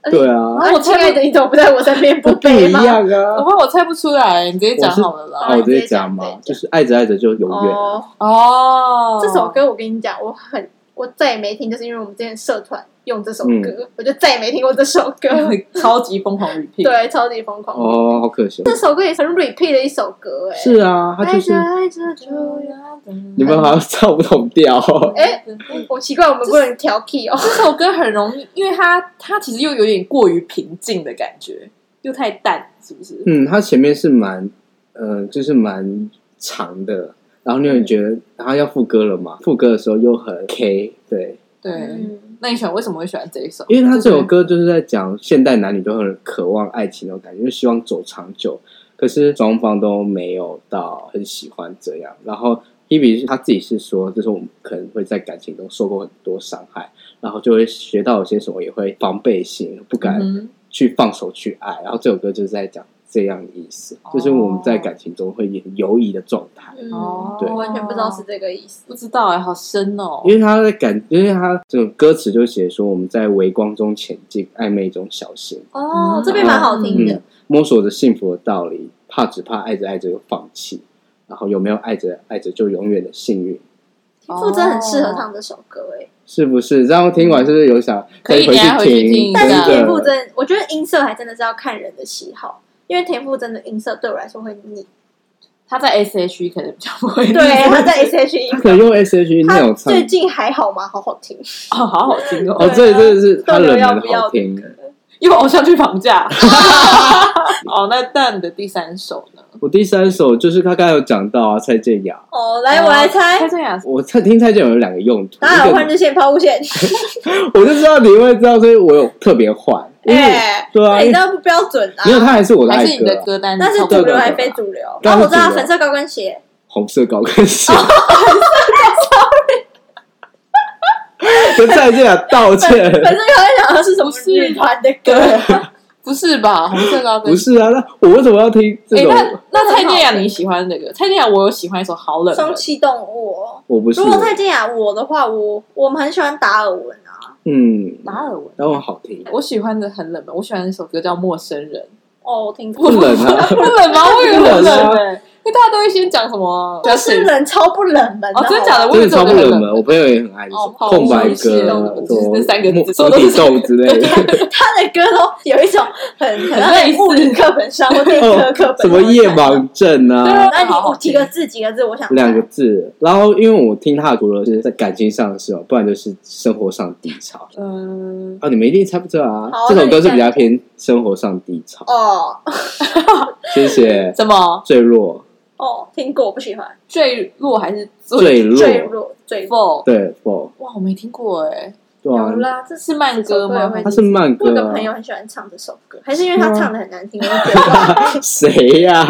C: 而且
A: 对啊，
C: 啊，我亲爱的，你怎么不在我身边？不
A: 不
C: 悲
A: 一
C: 吗？
A: 样
B: 我
A: 啊！
B: 怕我猜不出来，你直接讲好了
A: 啊，
B: 啦
C: 我。
A: 我
C: 直
A: 直
C: 接
A: 接讲
C: 讲直接
A: 嘛
C: 讲，
A: 就是爱着爱着就永远。
C: 哦，
B: 哦，
C: 这首歌我跟你讲，我很我再也没听，就是因为我们之前社团用这首歌，
A: 嗯
C: 我就再也没听过这首 歌。
B: 超级疯狂 repeat。，
C: 对，超级疯狂。
A: 哦，好可惜。
C: 这首歌也是啊很 repeat 的一首歌，哎，
A: 是啊，他
C: 爱
A: 就是
C: 着爱着就要。
A: 你们好像唱不同 调哦。
C: 哎我奇怪，我们不能调 key 哦。
B: 这首歌很容易，因为它它其实又有点过于平静的感觉，又太淡，是不是？
A: 嗯，它前面是蛮，呃，就是蛮长的，然后你
C: 嗯
A: 会觉得，然后要副歌了嘛，副歌的时候又很 K，对，
B: 对。
C: 嗯，
B: 那你喜欢为什么会喜欢这一首？
A: 因为他这首
B: 就是
A: 歌就是在讲现代男女都很渴望爱情那种感觉，就希望走长久，可是双方都没有到很喜欢这样。然后 Hebe 他自己是说，就是我们可能会在感情中受过很多伤害，然后就会学到有些什么，也会防备心，不敢
B: 嗯
A: 去放手去爱。然后这首歌就是在讲这样的意思，就是我们在感情中会很犹疑的状态。
C: 嗯
B: 哦
A: 对
C: 我完全不知道是这个意思。
B: 不知道哎，好深哦。
A: 因为他在感，因为他这种歌词就写说我们在微光中前进，暧昧中小心，
C: 哦
B: 嗯，
C: 这边蛮好听的
A: 嗯。，摸索着幸福的道理，怕只怕爱着爱着又放弃，然后有没有爱着爱着就永远的幸运，
C: 田馥甄很适合唱这首歌，哎，
A: 是不是？然后听完是不是有想
B: 可
A: 回
B: 以等一下回去听
A: 听？
C: 但是
A: 真
C: 田
A: 的
C: 馥甄，我觉得音色还真的是要看人的喜好，因为田馥甄的音色对我来说会腻。
B: 他在 S H E 可能比较不会。哦
C: 对，他在 S H E
A: 他可能用 S H E 那
C: 他
A: 种唱，
C: 最近还好吗？好好听，
B: 哦，好好听哦
A: 哦，， 这真的是他
C: 都
A: 冷
C: 有要
A: 门
C: 不要
A: 好
C: 的
A: 听。
B: 因为偶像剧绑架。哦，那那你的第三首呢？
A: 我第三首就是他刚才有讲到啊，蔡健雅。
C: 哦，来我来猜
B: 蔡，健雅，
A: 我蔡听蔡健雅有两个用途，
C: 打
A: 一
C: 扰
A: 个
C: 换日线抛物线。
A: 我就知道你会知道，所以我有特别换， 因为
C: 哎，
A: 对啊
C: 那你这样不标准啊
A: 没！有，它还是我的爱
B: 还是你
A: 歌
B: 的
A: 啊，
B: 歌单？
C: 那是
B: 你
C: 主
B: 超
A: 对
C: 流
A: 对
C: 还是
A: 对
C: 非主流？
A: 当然
C: 然后
A: 是
C: 我知道
A: 主流
C: 粉色高跟鞋，
A: 红色高跟鞋。
B: 哦
A: 跟蔡健雅啊道 歉，
C: 粉色高跟鞋好像是什么
B: 不是
C: 日团的歌，
B: 对， 不是吧？红色高
A: 不
B: 跟鞋。
A: 是啊？那我为什么要听这
B: 哎，
A: 种？
B: 那那蔡健雅你喜欢哪个？蔡健雅我有喜欢一首《好冷门
C: 《充》，气动物》哦。
A: 我不是
C: 如，果蔡健雅我的话，我我们很喜欢达尔文啊。
A: 嗯，
B: 达尔文。
A: 然后好 听，
B: 我喜欢的很冷门，我喜欢一首歌叫《陌生人
C: 哦，我听
A: 不
C: 过，
A: 冷啊，》，
B: 不冷吗？我以为很
A: 不冷
B: 冷
A: 啊
B: 欸因为大家都会先讲什么
C: 陌生人超不冷门
B: 哦，真的假的？
C: 好
B: 我
A: 真
B: 也
A: 的
B: 觉
A: 超
B: 得
A: 不
B: 很
A: 冷
B: 冷
A: 门，我朋友也很爱
B: 哦
A: 听
B: 泡
A: 空白
B: 芙是
A: 歌
B: 那种，
A: 什么
B: 那三个字
A: 无底豆之类
B: 啊
A: 的，
C: 吧他的歌都有一种很很
B: 类似
C: 在物理课本上或电科课本
A: 哦什
C: 上
A: 么夜盲症
B: 啊对
A: 啊
B: 啊，
C: 那你我几个字几个字？我想
A: 两个字。然后因为我听他的除了是在感情上的时候，不然就是生活上低潮。
B: 嗯，
A: 哦，你们一定猜不出来啊
C: 好！
A: 这首歌是
C: 那
A: 比
C: 你
A: 较偏生活上低潮。
C: 哦
A: 谢谢。
B: 怎么
A: 坠落，
C: 哦，听过不喜欢，
B: 坠落还是
A: 坠
C: 坠
A: 落，
C: 落坠落。
B: 落？
A: 对，否？
B: 哇，我没听过哎，
A: 对啊
C: 有，啦，这
B: 这是慢歌
C: 这首
B: 吗
C: 歌也？会
A: 它是慢
C: 我有
A: 歌
C: 个
A: 啊
C: 朋。友很喜欢唱这首歌，还是因为他唱的很难听，我就觉得。
A: 谁呀？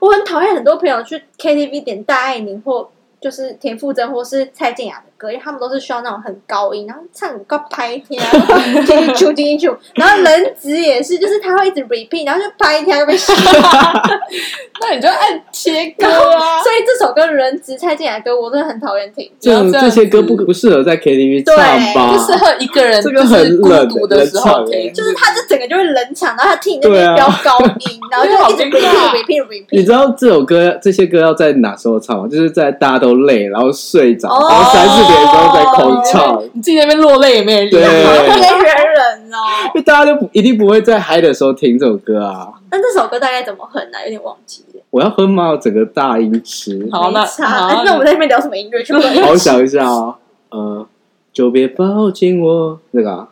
C: 我很讨厌很多朋友去 KTV 点大爱玲或就是田馥甄或是蔡健雅的歌，因为他们都是需要那种很高音，然后唱很高拍天，啊 然后进出进出，然后人质也是，就是他会一直 repeat，然后就拍天就被洗。
B: 那你就按切歌
C: 然后
B: 啊。
C: 所以这首歌人质蔡健雅的歌我真的很讨厌听。
A: 这种
B: 这样
A: 这
B: 子
A: 些歌不不适合在 KTV 唱吧
B: 不？适合一个人，
A: 这
B: 就
A: 个很
B: 是孤
A: 冷
B: 独
A: 的
B: 时
A: 唱
B: 候
A: 欸
B: 听，
C: 就是他就整个就会冷场，然后他听你那边
A: 对
C: 飙
A: 啊
C: 高音，然后就一直 repeat repeat
A: 你
C: repeat。
A: 知道这首歌这些歌要在哪时候唱吗？就是在大家都累，然后睡着，
C: 哦
A: 然后三四点钟再空唱，
B: 你自己在那边落泪也没人理
A: 对
B: 你。
C: 好可人人哦，
A: 因为大家就不一定不会在嗨的时候听这首歌啊。
C: 那这首歌大概怎么哼啊？有点忘记了。
A: 我要哼吗？我整个大音痴，
B: 好，那
C: 没差
B: 好，
C: 那我们在那边聊什么音乐？全 部都一样
A: 好想一下哦。呃，就别抱紧我，那个啊，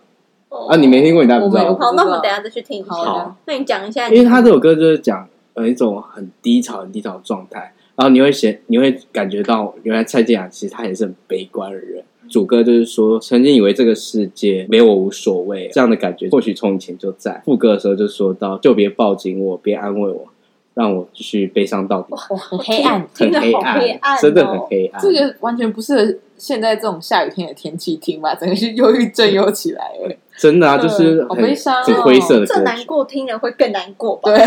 C: 哦
A: 啊你没听过，你当然不知
B: 我没有
A: 道。
C: 好，那我们等一下再去听一
B: 好
C: 下。
A: 好，
C: 那你讲一下你，
A: 因为他这首歌就是讲呃一种很低潮、很低潮的状态，然后你会显，你会感觉到原来蔡健雅其实她也是很悲观的人。主歌就是说，曾经以为这个世界没有我无所谓，这样的感觉或许从以前就在。副歌的时候就说到，就别抱紧我，别安慰我，让我继续悲伤到底，
B: 哇，很黑暗，
C: 听
A: 很
C: 得
A: 黑
C: 好
A: 暗，
C: 黑暗哦
A: 真的很黑暗。
B: 这个完全不适合现在这种下雨天的天气听吧，整 个是忧郁症又起来了。
A: 真的啊，就
B: 对
A: 是
B: 好
A: 很
B: 悲伤哦
A: 很灰色的
C: 这
A: 歌
C: 难
A: 曲。
C: 过听了会更难过吧？
B: 对，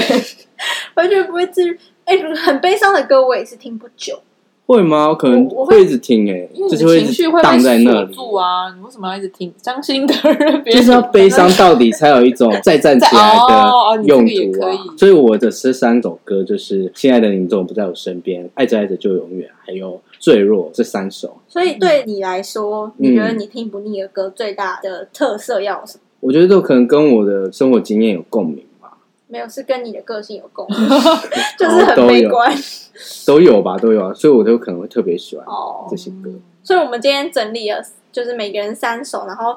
C: 完全不会至于。哎，很悲伤的歌我也是听不久，
A: 会吗？我可能
B: 我我会
A: 会一直听诶、
B: 因为
A: 就
B: 你
A: 是
B: 的
A: 一
B: 情绪
A: 直
B: 会被
A: 荡在那
B: 锁
A: 里。
B: 住啊！你为什么要一直听伤心的人？别
A: 就是要悲 伤到底，才有一种再站起来的用
B: 再哦哦你这
A: 途
B: 个
A: 啊
B: 也可。以
A: 所以我的这三首歌就是《亲爱的你怎么不在我身边》，《爱着爱着就永远》，还有《坠落》这三首。
C: 所以对你来说，你觉得你听不腻的歌最大的特色要有什么？
A: 我觉得都可能跟我的生活经验有共鸣吧，
C: 没有，是跟你的个性有共鸣，就是很悲观
A: 都有吧，都有啊。所以我就可能会特别喜欢
C: 哦
A: 这。些歌。
C: 所以我们今天整理了，就是每个人三首，然后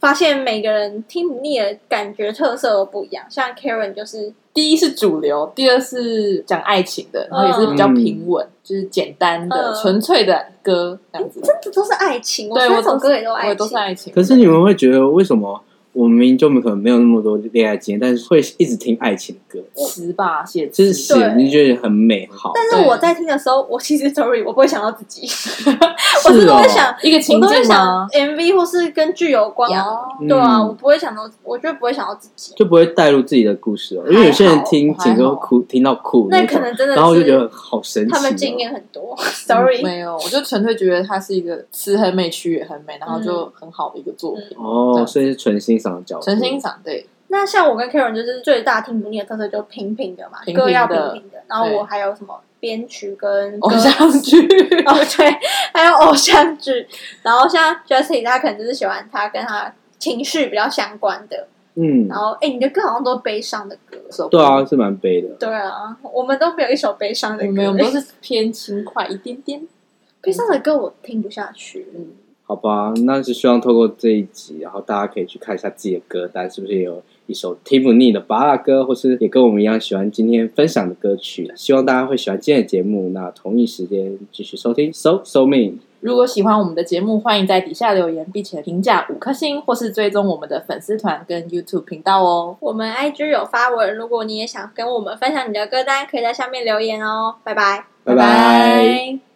C: 发现每个人听不腻的感觉特色都不一样。像 Karen 就是
B: 第一是主流，第二是讲爱情的，然后也是比较平稳，就是简单的、
C: 嗯
B: 纯粹的歌这样子。
C: 这都是爱情，
B: 对
C: 三
B: 我都
C: 首
B: 是
C: 歌也都
B: 我
C: 哦爱
B: 也都
C: 情
B: 是。爱情。
A: 可是你们会觉得为什么？我明明就可能没有那么多恋爱经验，但是会一直听爱情歌，
B: 词吧，写
A: 就
B: 词
A: 是写
C: 对
A: 你就觉得很美好。
C: 但
B: 对
C: 是我在听的时候，我其实 sorry，我不会想到自己，我
A: 哦
C: 是会想，
B: 一个
C: 我
B: 情
C: 都会
B: 境
C: 想
B: 吗？
C: MV 或是跟剧有关啊，
B: 哦
A: 嗯
C: 对啊，我不会想到，我就不会想到自己，
A: 就不会带入自己的故事哦，因为有些人听情歌会哭，听到哭种
C: 那可能真的
A: 然后我就觉
C: 是
A: 得好神奇、哦，嗯
C: 他们经验很多 ，sorry，
B: 没有，我就纯粹觉得它是一个词很美，曲也很美，然后
C: 嗯
B: 就很好的一个作品，
A: 哦，所以是纯欣赏的角度，
B: 纯欣赏。对，
C: 那像我跟 Karen 就是最大听不腻的特色就平平的嘛，
B: 平平的
C: 歌要平平的，然后
B: 对
C: 我还有什么编曲跟歌
B: 偶像剧。
C: 哦对， 还有偶像剧，然后像 Jessie 她可能就是喜欢她跟她情绪比较相关的，
A: 嗯
C: 然，后哎、你的歌好像都是悲伤的歌，
A: 对啊，是蛮悲的。
C: 对啊，我们都没有一首悲伤的歌，
B: 没有，我们都是偏轻快一点点。
C: 悲伤的歌我听不下去。
B: 嗯，
A: 好吧，那是希望透过这一集，然后大家可以去看一下自己的歌单，是不是也有一首听不腻的巴拉歌，或是也跟我们一样喜欢今天分享的歌曲。希望大家会喜欢今天的节目。那同一时间继续收听 So So Me。
B: 如果喜欢我们的节目，欢迎在底下留言，并且评价五颗星，或是追踪我们的粉丝团跟 YouTube 频道哦。
C: 我们 IG 有发文，如果你也想跟我们分享你的歌单，可以在下面留言哦。拜拜。
A: 拜拜。